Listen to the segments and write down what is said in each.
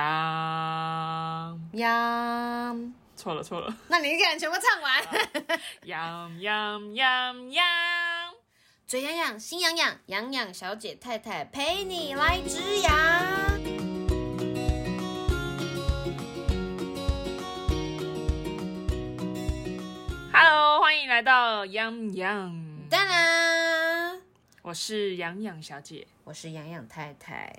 羊， Yum，错了错了，那你一个人全部唱完。 羊羊羊羊，嘴痒痒，心痒痒，痒痒小姐太太陪你来止痒。 Hello，欢迎来到羊羊，当然，我是羊羊小姐。我是痒痒太太。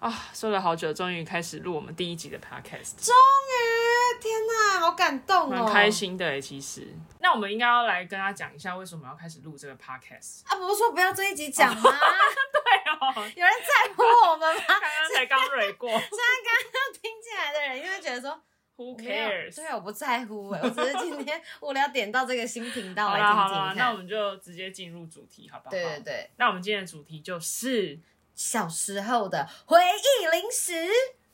啊、说了好久，终于开始录我们第一集的 podcast，终于，天哪，好感动哦蛮开。心的诶，欸其实。那我们应该要来跟他讲一下，为什么要开始录这个 podcast？啊，不是说不要这一集讲吗？对哦， 有人在乎我 们吗？刚刚才刚蕊 过虽然刚刚听进来的人，因为觉得说，Who 没有 cares？对啊，我不在乎 哎、我只是今天无聊点到这个新频道好来啦好听听啦看。，那我们就直接进入主题，好不好？对对。对，那我们今天的主题就是小时候的回忆零食。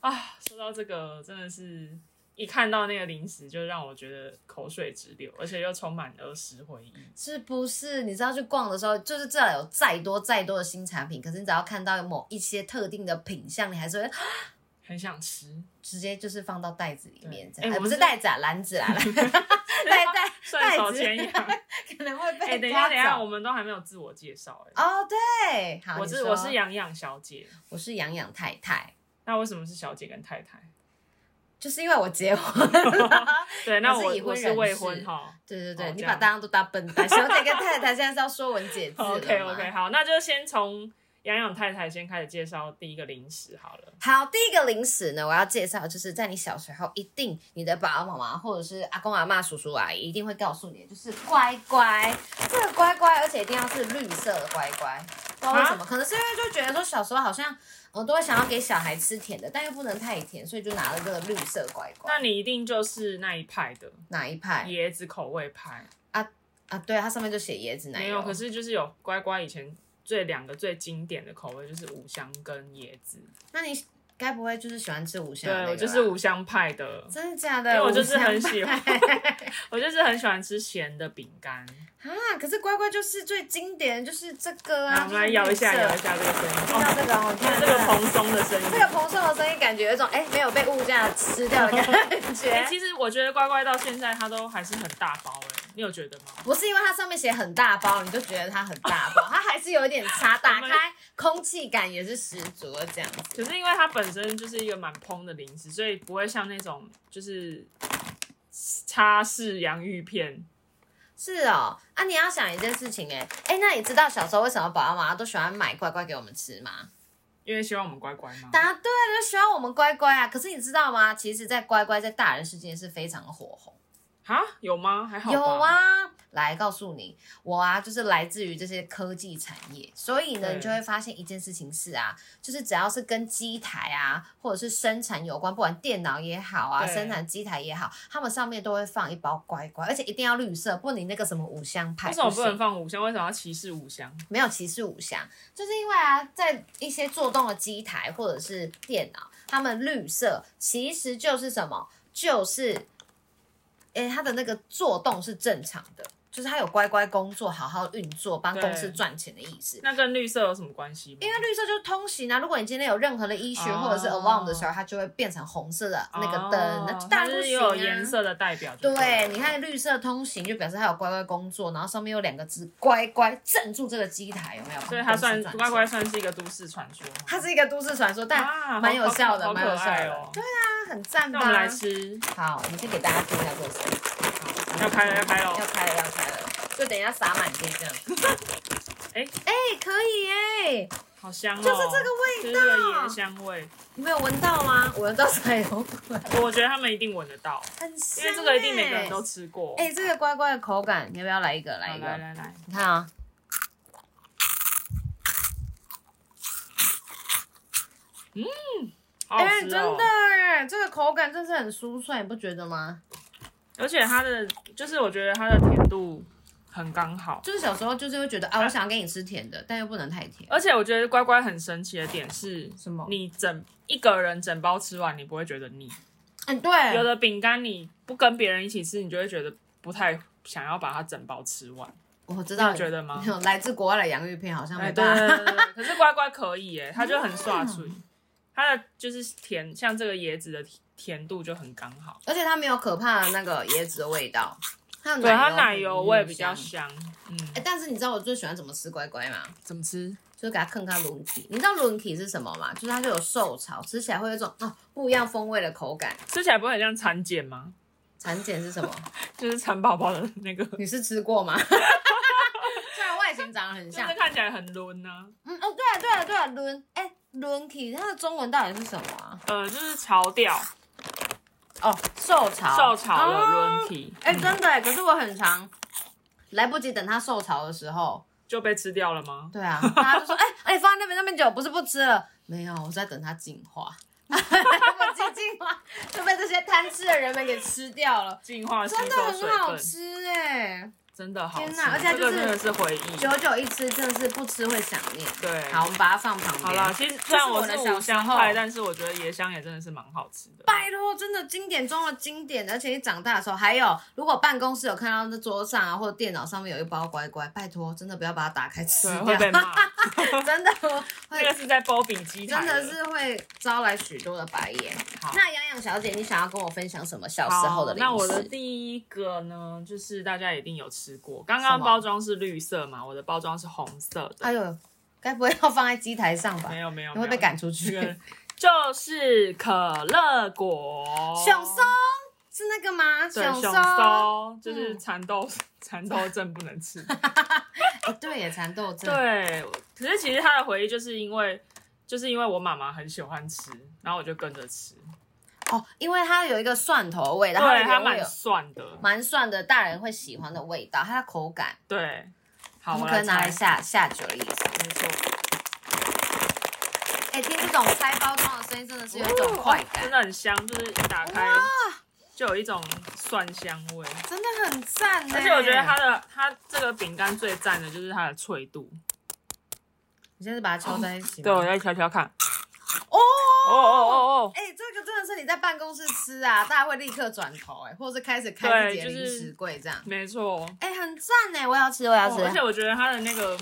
啊，说到这个，真的是一看到那个零食就让我觉得口水直流，而且又充满儿时回忆。是不是？你知道去逛的时候，就是至少有再多再多的新产品，可是你只要看到某一些特定的品相，你还是会很想吃，直接就是放到袋子里面，对这样、哎哎我不们是是袋子啊，篮子啊，篮袋袋顺手袋子牵 羊。可能会被、哎、等一下，等一下，我。们都还没有自我介绍哎、哦，对，好，我你是说我是洋洋小姐，我是洋洋太太，那为什么是小姐跟太太？就是因为我结婚 了。对，那我是我已婚我是人未士婚哈。对对对，哦你这把样大家都当笨蛋，小姐跟太太现在是要说文解 字了 OK 吗 OK，好，那就先从洋洋太太先开始介绍第一个零食好了。好，第一个零食呢，我要介绍，就是在你小时候，一定你的爸爸妈妈或者是阿公阿嬷、叔叔阿姨一定会告诉你，就是乖乖，这个乖乖，而且一定要是绿色的乖乖。不知道为啊什么，可能是因为就觉得说小时候好像，我都会想要给小孩吃甜的，但又不能太甜，所以就拿了这个绿色乖乖。那你一定就是那一派的哪一派椰子口味派，啊？对，它上面就写椰子奶没油。有，可是就是有乖乖以前最两个最经典的口味就是五香跟椰子，那你该不会就是喜欢吃五香的啊那对个吧？我就是五香派的，真的假因的？为我就是很喜欢。欢， 我就是很喜欢吃咸的饼干。啊，可是乖乖就是最经典，就是这个来，啊。我们来摇一下，就是绿色啊摇一下这个声音，听到哦，这个哦，你看看这个蓬松的声音这。个蓬松的声音，感觉有一种哎、没有被物价吃掉的感 哎、觉。其实我觉得乖乖到现在它都还是很大包哎、你有觉得吗？不是因为它上面写很大包，你就觉得它很大包，它还是有一点差。打我们开空气感也是十足的这样子。可是因为它本身就是一个蛮蓬的零食，所以不会像那种就是擦式洋芋片。是哦，啊，你要想一件事情哎、哎、那你知道小时候为什么爸爸妈妈都喜欢买乖乖给我们吃吗？因为希望我们乖乖吗？答对了，就喜欢我们乖乖啊。可是你知道吗？其实，在乖乖在大人世界是非常的火红。哈，有吗？还好吧有，啊，来告诉你，我啊就是来自于这些科技产业，所以呢，对你就会发现一件事情是啊，就是只要是跟机台啊，或者是生产有关，不管电脑也好啊，对生产机台也好，他们上面都会放一包乖乖，而且一定要绿色，不然你那个什么五香派为什么不能行放五香？为什么要歧视五香？没有歧视五香，就是因为啊，在一些做动的机台或者是电脑，它们绿色其实就是什么？就是，诶、它的那个做动是正常的，就是它有乖乖工作、好好运作、帮公司对赚钱的意思。那跟绿色有什么关系吗？因为绿色就是通行啊，如果你今天有任何的 issue、哦或者是 alarm 的时候，它就会变成红色的那个灯，那哦就当它然不是行有啊。颜色的代表就对，对了，你看绿色通行就表示它有乖乖工作，然后上面有两个字“乖乖”镇住这个机台，有没有？所以它算公司赚钱乖乖，算是一个都市传说吗。它是一个都市传说，但啊蛮有好可效的好可蛮有效的爱哦。对，它很赞那吧我？们来吃，好，你先给大家听一下这个声音，要开了要开了要哦。开了，要开了，就等一下撒满地这样。 哎哎、可以哎、好香哦，就是这个味就是这个椰香味，你没有闻到吗？我闻到才有鬼，我觉得他们一定闻得到，很香、因为这个一定每个人都。吃过。哎、这个乖乖的口感，你要不要来一个？来好一来个，来来，你看啊。好好吃哎真哦的。哎，这个口感真是很酥脆，你不觉得吗？而且它的就是我觉得它的甜度很刚好，就是小时候就是会觉得啊，我想要给你吃甜的，但又不能太甜。而且我觉得乖乖很神奇的点是什么你整一个人整包吃完，你不会觉得腻。嗯，对，有的饼干你不跟别人一起吃，你就会觉得不太想要把它整包吃完。我知你道有觉得吗 没？有来自国外的洋芋片好像没哎，对办对 法。嗯对对对，可是乖乖可以耶，它就很刷嘴。它的就是甜，像这个椰子的甜甜度就很刚好。 而且它没有可怕的那个椰子的味道，它有对，它奶奶油油很味比较香。香。嗯，哎、但是你知道我最喜欢怎么吃乖乖吗？怎么吃？就是给它啃它轮体。你知道轮体是什么吗？就是它就有受潮，吃起来会有一种哦不一样风味的口感。吃起来不会很像蚕茧吗？蚕茧是什么？就是蚕宝宝的 那个，你是吃过吗？虽然外形长得很就像是，看起来很抡啊。嗯哦，对了对了对了，轮哎轮体，它的中文到底是什么啊？呃，就是潮调，哦，受潮，受潮有哦轮体，哎、嗯真的哎，可是我很常来不及等它受潮的时候，就被吃掉了吗？对啊，大家就说哎哎、放在那边那边久，不是不吃了，没有，我在等它进化， 来不及进化就被这些贪吃的人们给吃掉了，净化吸真的收水很好分，吃哎，真的好天吃，哪而且它这个就是真的是回忆久。久一吃真的是不吃会想念。对，好，我们把它放旁边。好啦，其实是虽然我我的是小五时香候派，但是我觉得椰香也真的是蛮好吃的。拜托，真的经典中的经典，而且你长大的时候，还有如果办公室有看到那桌上啊，或者电脑上面有一包乖乖，拜托，真的不要把它打开吃对，掉， 会被骂。 真的这个会是在剥笔机台真的是会招来许多的白眼。好那洋洋小姐，你想要跟我分享什么小时候好的，零食？那我的第一个呢，就是大家一定有吃过。刚什刚么包装是绿色嘛，我的包装是红色的。哎呦，该不会要放在机台上吧没？有没有，你会没被有赶出这去。个 就是可乐果， 熊松是那个吗？对熊熊松，松就是蚕豆， 蚕豆症不能 吃。哦对耶，蚕豆症。对，可是其实他的回忆就是因为，就是因为我妈妈很喜欢吃，然后我就跟着吃。哦，因为它有一个蒜头味，然后对，它它原味蛮有酸的。蛮蒜的，大人会喜欢的味道，它的口感，对，好，我我们可能拿来猜，下下酒的意思。没错，哎、听这种拆包装的声音，真的是有一种快感，哦真的很香，就是一打开就有一种蒜香味。真的很赞呢。 而且我觉得它，的它这个饼干最赞的就是它的脆度。你现在是把它敲在一起吗？对，我再敲敲看。哦哦哦哦哦，哎、这个真的是你在办公室吃啊，大家会立刻转头、哎，或者是开始开对自己的就是零食柜这样。没错。哎、很赞呢，我要吃，我要吃。哦而且我觉得它的那个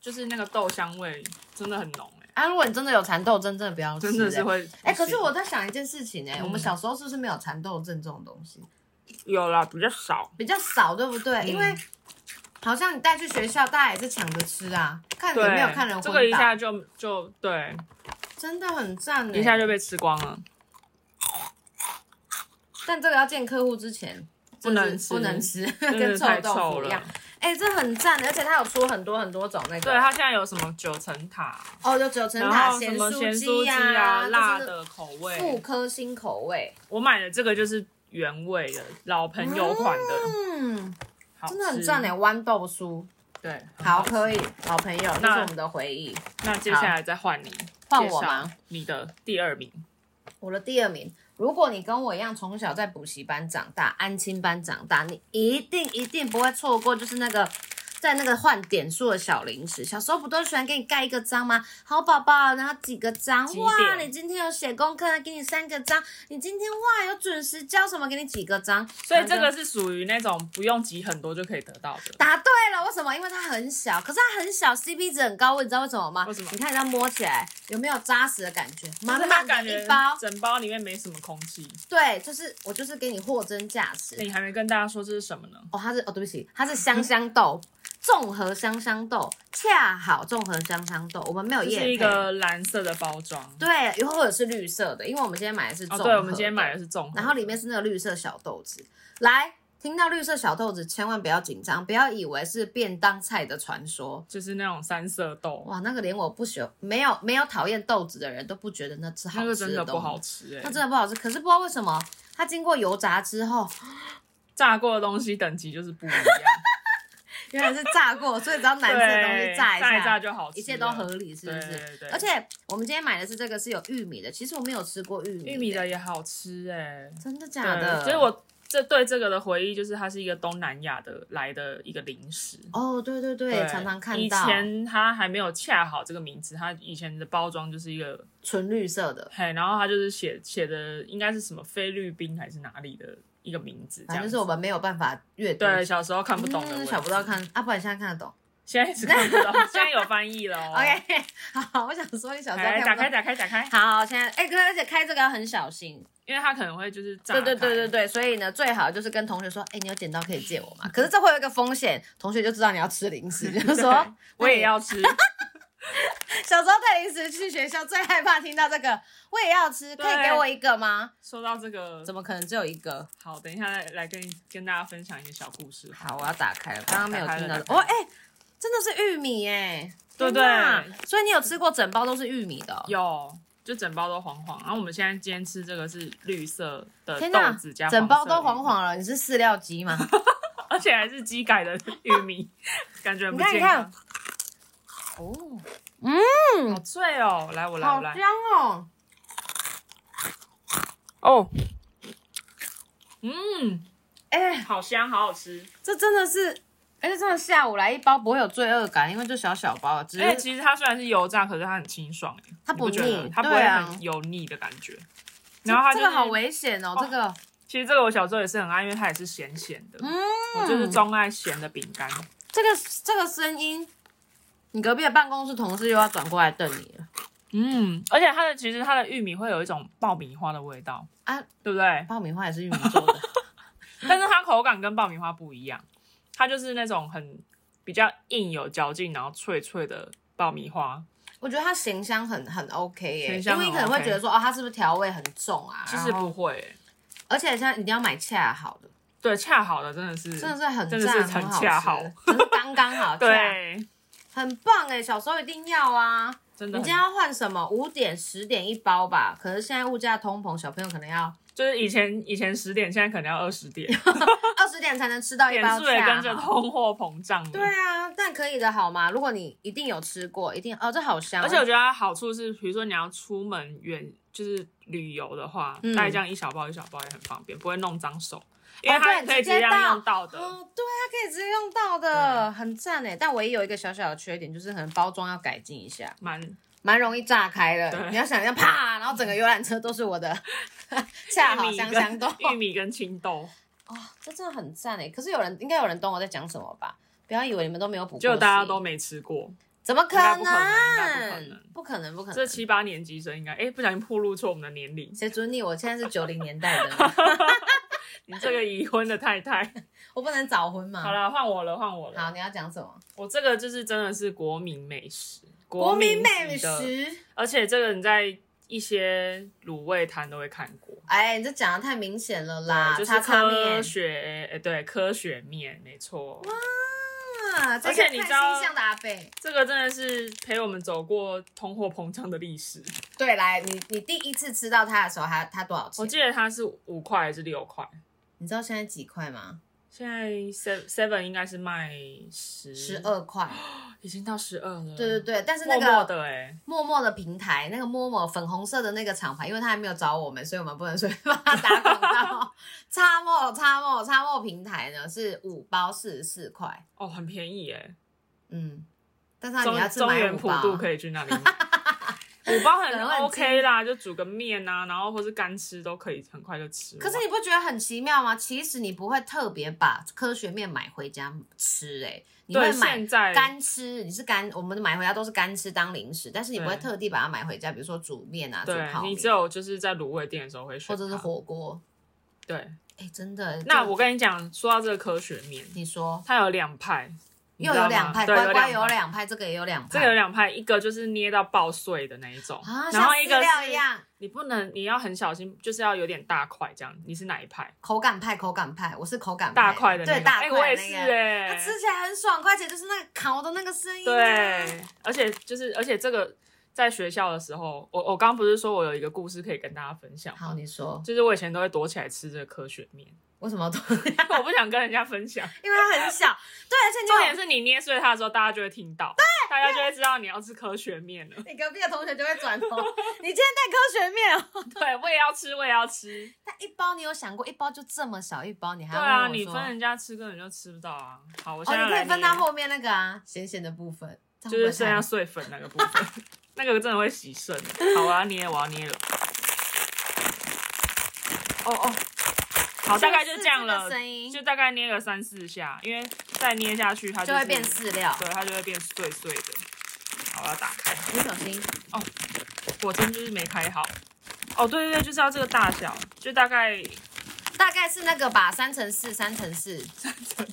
就是那个豆香味真的很浓哎、啊，如果你真的有蚕豆症，真的不要吃、真的是哎。会。哎、可是我在想一件事情呢、哎嗯我们小时候是不是没有蚕豆症这种东西？有啦，比较少。比较少，对不对？嗯因为好像你带去学校，大家也是抢着吃啊，看有对，没有看人昏这倒，个一下就就对，真的很赞欸呢。一下就被吃光了。但这个要见客户之前。不能就是吃不能吃，真的 跟是臭太豆臭腐一了样。。哎、这很赞的，而且它有出很多很多种那个。对，它现在有什么九层塔，哦，有九层然塔、后什么咸酥酥鸡啊，辣就是的口复味。科新口味，我买的这个就是原味的老朋友款的，嗯，好真的很吃赞哎，。豌豆酥，对，很好，吃可以，好朋友，这那是我们的回忆。那接下来再换你，换介我绍吗？你的第二名，我的第二名，如果你跟我一样从小在补习班长大、安亲班长大，你一定一定不会错过，就是那个在那个换点数的小零食。小时候不都喜欢给你盖一个章吗？好宝宝，然后几个章，几哇，点你今天有写功课，给你三个章；你今天哇有准时交什么，给你几个章。所以这然后个就是属于那种不用集很多就可以得到的。答对了，为什么？因为它很小，可是它很小，CP 值很高，你知道为什么吗？为什么你看它摸起来有没有扎实的感觉？可满是它满感的觉一包，整包里面没什么空气。对，就是我就是给你货真价实。那你还没跟大家说这是什么呢？哦，它是哦，对不起，它是香香豆，综合香香豆，恰好综合香香豆，我们没有这叶是一个蓝色的包装。对，又或者是绿色的，因为我们今天买的是综哦，合、对，我们今天买的，是综合，然后里面是那个绿色小豆子。来，听到绿色小豆子，千万不要紧张，不要以为是便当菜的传说。就是那种三色豆，哇，那个连我不喜欢，没有没有讨厌豆子的人都不觉得那是好那个吃真的东不西好，吃哎、那真的不好吃。可是不知道为什么，它经过油炸之后， 炸过的东西等级就是不一样。原来是炸过，所以 只要难吃的东对，西炸一下，一炸就好吃了，一切都合理，是不对是？对对，而且我们今天买的是这个是有玉米的，其实我没有吃过玉米，玉米的，也好吃哎、真的假的？对，所以我这对这个的回忆就是它是一个东南亚的来的一个零食。哦，对对对，常常看以到前它还没有恰好这个名字，它以前的包装就是一个纯绿色的，嘿，然后它就是写写的应该是什么菲律宾还是哪里的一个名字，这反样正子就是我们没有办法阅读，对小时候看不懂的嗯文字，小不到看啊，不然现在看得懂。现在是看不到，现在有翻译了哦。 OK，好，我想说你小时候来看不打开，到打开，打开，好，现在哎，可、而且开这个要很小心。因为它可能会就是炸对开。对对对对，所以呢，最好就是跟同学说，哎、你有剪刀可以借我吗？可是这会有一个风险，同学就知道你要吃 零食，就对，说我也。要 吃。小时候带零食去学校，最害怕听到这个，我也要吃，可以对给我一个吗？说到这个怎，么可能只有一个？好，等一下来来跟跟大家分享一个小故事。好，我要打开了，刚刚没有听到打的。开哦，了哎、真的是玉米哎、对天哪对所以你有吃过整包都是玉米的哦、有，就整包都黄黄。然后我们现在今天吃这个是绿色的天豆子加整包色都黄玉米，黄了，你是饲料鸡吗？而且还是鸡改的玉米，感觉很 不你看健你康看。哦，嗯好，脆哦！来，我来，我好来。香哦！哦，嗯，哎、好香，好好吃。这真的是，而且真的下午来一包不会有罪恶感，因为就小小包，只而且是哎其实它虽然是油炸，可是它很清爽耶，嗯它你不不觉得腻它不对会啊很油腻的感觉。然后它这就个好是，危险哦，这个其实这个我小时候也是很爱，因为它也是咸咸的。嗯，我就是钟爱咸的饼干。这个这个声音，你隔壁的办公室同事又要转过来瞪你了嗯，而且它的其实它的玉米会有一种爆米花的味道，啊！对不对？爆米花也是玉米做 的，但是它口感跟爆米花不一样，它就是那种很比较硬有嚼劲，然后脆脆的爆米花。我觉得它咸香很很 OK 耶、咸香很因为你可能会觉得说，哦，它是不是调味很重啊？其实然后，不会耶、而且像一定要买恰好的，对，恰好的真的是，真的是很真的赞，是很很好恰好吃，真是刚刚 好恰，对，很棒哎、小时候一定要啊！真你的今很天要换什么？五点、十点一包吧。可是现在物价通膨，小朋友可 能要就是以前以前十点，现在可能要二十点， 二十点才能吃到一点包数也恰跟着好。通货膨胀了。对啊，但可以的好吗？如果你一定有吃过，一定哦，这好香。而且我觉得它好处是，比如说你要出门远，就是旅游的话，嗯带这样一小包一小包也很方便，不会弄脏手，因哦为它对可以直这接样用到倒的。哦，对啊，可以直接用到的，很赞哎。但唯一有一个小小的缺点，就是可能包装要改进一下，蛮蛮容易炸开的。对你要想象啪，然后整个游览车都是 我的，恰好玉米香跟香豆。玉米跟青豆，哦， 这真的很赞哎。可是有人应该有人懂我在讲什么吧？不要以为你们都没有补过习，就大家都没吃过。怎么可能应该不可能应该不可能？不可能，不可能！这七八年级生应该，哎，不小心暴露出我们的年龄。谁准你？我现在是九零年代 的，你这个已婚的太太，我不能早婚嘛。好，了，换我了，换我嗯好，了。你要讲什么？我这个就是真的是国民美食，国民美的，食。而且这个你在一些卤味摊都会看过。哎，你这讲的太明显了啦，就是啊叉叉科面学，诶对，科学面，没错。啊，这而且个你看知道星象的阿贝。这个真的是陪我们走过通货膨胀的历史。对，来，你你第一次吃到它的时候，它它多少我钱？记得它是五块还是六块？你知道现在几块吗？现在 seven seven 应该是卖十十，二块。已经到十二了。对对对，但是那默默个的哎、默默的平台，那个默默粉红色的那个厂牌，因为他还没有找我们，所以我们不能随便帮他打广告。 叉默叉默叉默平台呢是五包四十四块。哦，很便宜哎、嗯，但是啊你要中吃中买原五普包啊，渡可以去 那里买。五包可很能会很 OK 啦，就煮个面啊，然后或是干吃都可以，很快就吃完。可是你不觉得很奇妙吗？其实你不会特别把科学面买回家吃、欸，你会对买现在干吃，你是干，我们买回家都是干吃当零食，但是你不会对特地把它买回家，比如说煮面啊、煮对泡你面，只有就是在卤味店的时候会选或它，者是火锅。对。哎、真的，那这我跟你讲，说到这个科学面，你说它有两派，你又知道有吗两派，对，乖乖有有两派。两派，这个也有两派，这个有两派，一个就是捏到爆碎的那一种，啊，然后像饲一个料是一样，你不能，你要很小心，就是要有点大块这样。你是哪一派？口感派，口感派，我是口感派大块的那对个大哎块我也的是那个。哎、它吃起来很爽快，而且就是那个烤的那个声音、啊。对，而且就是而且这个在学校的时候，我我刚不是说我有一个故事可以跟大家分享吗，好，你说就是我以前都会躲起来吃这个科学 面，为什么都？我不想跟人家分享。 因为它很小，对，而且你重有点是你捏碎它的时候，大家就会听到，大家就会知道你要吃科学面了。你隔壁的同学就会转头， 你今天带科学面哦。对，我也要吃，我也要吃。但一包你有想过，一包就这么小一包，你还对要啊，问我你说分人家吃根本就吃不到啊。好，我现在哦，你可来以分捏它后面那个啊，咸咸的部分，这样就是会不会剩太下碎粉那个部 分，那个真的会洗肾。啊好，我要捏，我要捏了。哦哦，好，大概就这样了是这个声音，就大概捏个三四下，因为再捏下去它就是会变饲料。对，它就会变碎碎的。好，我要打开，你小心，果真就是没开好。哦，对对对，就是要这个大小，就大概大概是那个吧，三乘四，三乘四，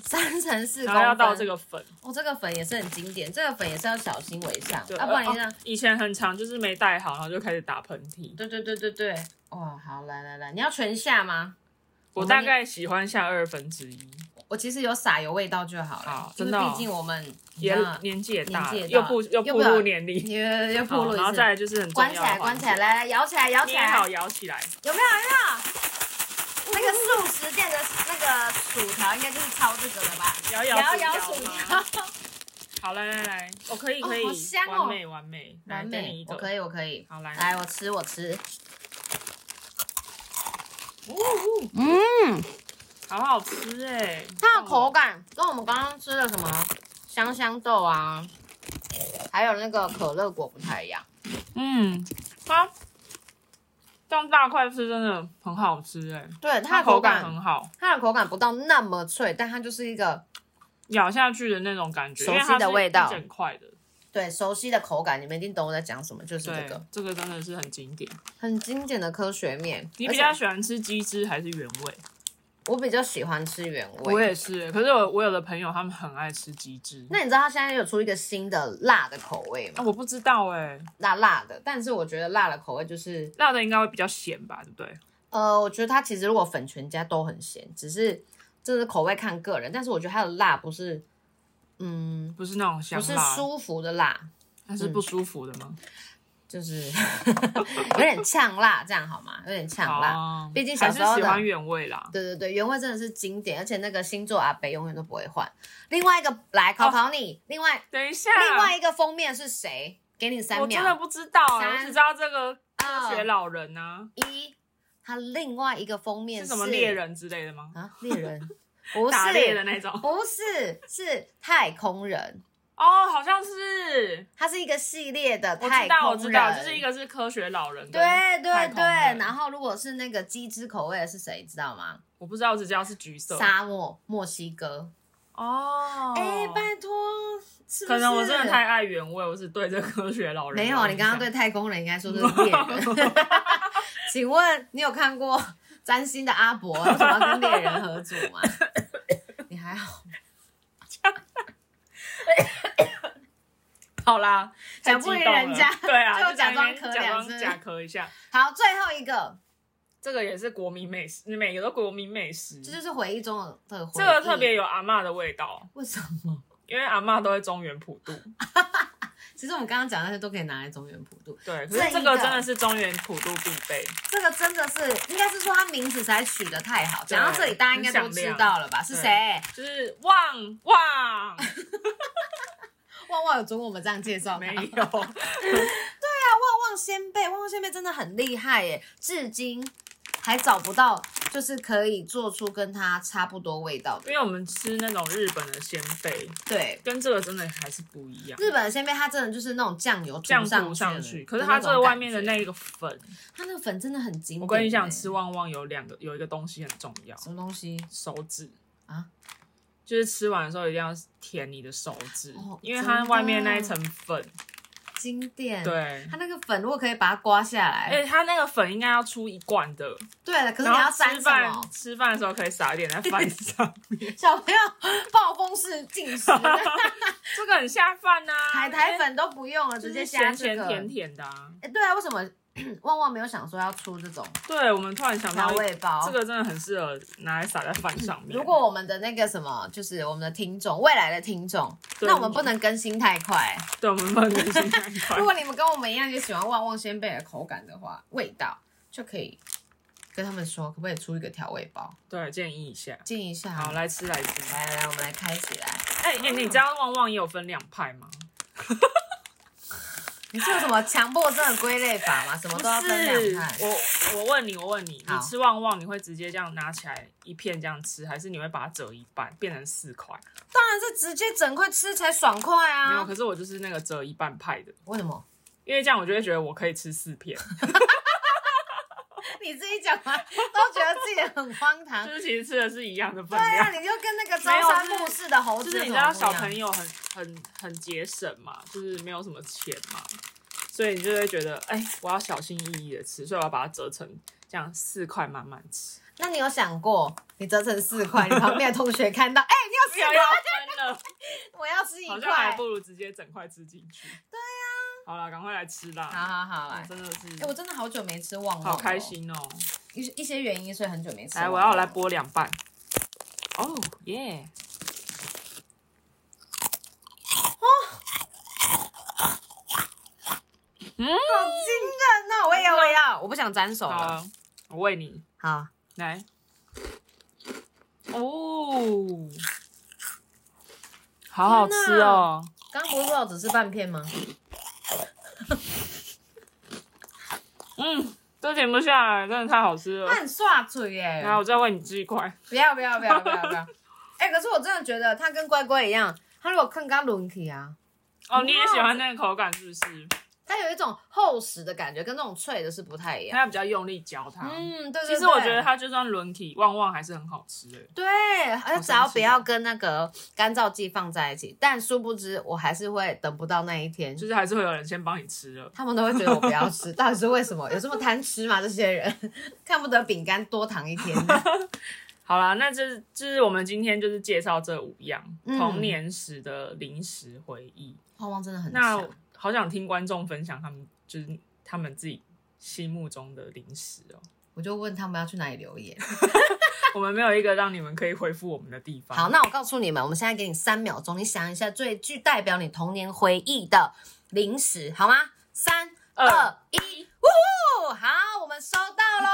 三乘四公然后分。要到这，个粉，哦，这个粉也是很经典，这个粉也是要小心为上，对，啊要、不然你呃让哦以前很长，就是没带好，然后就开始打喷嚏。对对对对对，哇，好，来来来，你要全下吗？我大概喜欢下二分之一，我其实有撒有味道就好了，好因真为的哦毕竟我们也你知道年纪也大了，年纪也又大不又又步不入要年龄，又又暴好，露一然后次再来就是很重关要起的环来，关节起来，来来摇起来，摇起捏来，好摇起来，有没有？有没有？那个素食店的那个薯条应该就是抄这个了吧？摇摇摇摇薯薯条条吗。，好，来来来，我可以哦可以，好香哦完美完美，来 完给你美一，个，我可以，我可以。好来来，我吃，我吃。好好吃哎，嗯它的口感跟我们刚刚吃的什么香香豆啊，还有那个可乐果不太一样。嗯，它这样大块吃真的很好吃哎，对，它的口口感感，很好，它的口感不到那么脆，但它就是一个咬下去的那种感觉，熟因为悉它的是味一道整块的，对熟悉的口感。你们一定懂我在讲什么，就是这对个，这个真的是很经典。很经典的科学面。你而比且较喜欢吃鸡汁还是原味？我比较喜欢吃原味。我也是欸，可是我我有的朋友他们很爱吃鸡汁，那你知道它现在有出一个新的辣的口味啊吗？我不知道哎，辣辣的，但是我觉得辣的口味就是，辣的应该会比较咸吧，对不对？呃，我觉得它其实如果粉全家都很咸，只是这是口味看个人，但是我觉得它的辣不是，嗯，不是那种香不是嗯辣，舒服的辣，它是不舒服的吗？就 是有点呛辣，这样好吗？有点呛辣。哦毕竟还小是时候喜的欢原味啦。对对对，原味真的是经典，而且那个星座阿北永远都不会换。另外一个来哦考考你，另外等一下， 另外一个封面是谁？给你三我真的秒，不知道欸，我三只知道这个科二学老人啊，一，他另外一个封面是什么猎人之类的吗？啊？猎人不打猎的是，那种不是，是太空人。哦，好像是，它是一个系列的我太知空人，道，我知道，就是一个是科学老人，对太对空对。人然后如果是那个鸡汁口味的是谁，知道吗？我不知道，我只知道是橘色沙漠墨西哥。哦，哎、拜托，是不是可能我真的太爱原味，我是对这科学老人没有啊，啊！你刚刚对太空人应该说这是猎 人。请问你有看过 占星的阿伯为什么要跟猎人合组吗？你还好吗？ 好啦，太讲不激赢动人了家对啊，就假装在咳那边假两装声假咳一下，好，最后一个，这个也是国民美食，每个都国民美食，这就是回忆中的的回忆。这个特别有阿嬷的味道。为什么？因为阿嬷都会中原普渡，其实我们刚刚讲的那些都可以拿来中原普渡，对，可这是一这个个真的是中原普渡必备，这个真的是应该是说他名字实在取得太好。讲到这里，大家应该都很响知亮道了吧？是谁？就是旺旺，旺旺有准我们这样介绍吗？啊没 有，旺旺仙贝，旺旺仙贝真的很厉害耶，至今还找不到就是可以做出跟它差不多味道的。因为我们吃那种日本的鲜贝，对，跟这个真的还是不一样，日本的仙贝它真的就是那种酱油涂酱上涂上去，可是它它这个外面的那一个粉，它那个粉真的很经典。我跟你讲，吃旺旺有两个有一个东西很重要，什么东西？手指啊。就是吃完的时候一定要舔你的手指，哦因为它外面那一层粉，经典。，对，它那个粉如果可以把它刮下来，哎、它那个粉应该要出一罐的，对了，可是然你后要沾吃什饭么？吃饭的时候可以撒一点在饭 上，小朋友暴风式进 食，这个很下饭呐、海苔粉都不用了，就直是接下咸这咸个。甜甜的、啊。哎，对啊，为什么旺旺没有想说要出这种对，我们突然想到哎调，味包？这个真的很适合拿来撒在饭上面。如果我们的那个什么，就是我们的听众，未来的听众，对哎那我们不能更新太快。对我们不能更新太快如 果你们跟我们一样也喜欢旺旺仙贝的口感的话，味道就可以跟他们说，可不可以出一个调味包？对，建议一下。建议一下。好，，来吃来吃。来来来，我们来开起来。哎、哎、你知道旺旺也有分两派吗？你是有什么强迫症的归类法吗？什么不都要分是两派，？我我问你，我问你，你好吃旺旺你会直接这样拿起来一片这样吃，还是你会把它折一半变成四块？当然是直接整块吃才爽快没有，啊！可是我就是那个折一半派的，为什 么？因为这样我就会觉得我可以吃四片。啊 你自己讲完都觉得自己的很荒唐。就是其实吃的是一样的分对啊，量。你就跟那个朝三暮四的猴就子是有你知什么道不一小样朋友很很很节省嘛，就是没有什么钱嘛，所以你就会觉得，哎、我要小心翼翼的吃，所以我要把它折成这样四块慢慢吃。那你有想过，你折成四块，你旁边的同学 看到，哎、不你有要四要块，分了，我要吃一好像还块不。如直接整块吃进去。对啊，好了，赶快来吃好啦！好好，来我，真的哎、我是真的好久哦没吃旺旺、好开，心哦。一一些原因，所以很久没吃来，旺我旺。要来剥两半。哦耶！哦嗯好惊人哦！我也要，我也要，我不想沾手好了。啊，我喂你好，来。哦，好好吃哦！刚刚不是说我只吃半片吗？嗯，都停不下来，真的太好吃它了。很刷嘴耶！来，我再喂你吃一块。不要不要不要不要不要！ 哎、可是我真的觉得它跟乖乖一样，它如果看刚轮起啊，哦，你也喜欢那个口感是不是？它有一种厚实的感觉，跟那种脆的是不太一样。它要比较用力嚼它。嗯，对对对。其实我觉得它就算轮体旺旺还是很好吃欸的。对，而只哦要不要跟那个干燥剂放在一起，但殊不知我还是会等不到那一天。就是还是会有人先帮你吃了。他们都会觉得我不要 吃，到底是为什么？有这么贪吃吗？这些人看不得饼干多糖一天。 好啦，那这就是我们今天就是介绍这五样、嗯童年时的零食回忆。旺旺真的很那强，好想听观众分享他们就是他们自己心目中的零食 哦。我就问他们要去哪里留言。我们没有一个让你们可以回复我们的地方。好，，那我告诉你们，我们现在给你三秒钟，你想一下最具代表你童年回忆的零食，好吗？三二二一，呜呼！好，我们收到喽。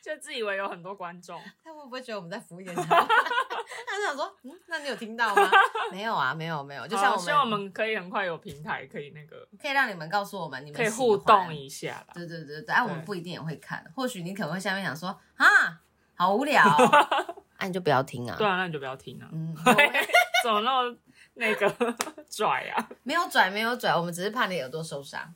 就自以为有很多观众，他会不会觉得我们在敷衍他？ 他就想说，嗯，那你有听到 吗？没有啊，没有没有，就像好我希望我们们可以很快有平台可以那个可以让你们告诉我们，你们可以喜互欢动。一下啦。对对对对，哎、啊，我们对不一定也会看，或许你可能会下面想说，啊，好 无聊、哦，啊，你就不要听啊。对啊，那你就不要 听了、 嗯，我们怎么那么那个 拽啊？没有拽，没有拽，我们只是怕你耳朵受伤。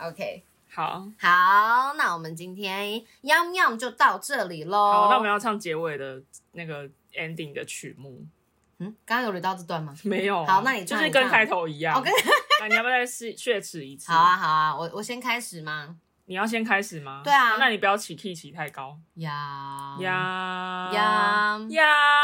OK，好，好，那我们今天 Yum Yum 就到这里喽。好，那我们要唱结尾的那个 ending 的曲目，嗯，刚刚有捋到这段吗？ 没有啊？好那你就唱是你跟唱开头一样。我跟那你要不要再试血池一次？ 好啊，好啊，我我先开始吗？你要先开始吗？对啊哦那你不要起 key 起太高呀呀呀呀！哎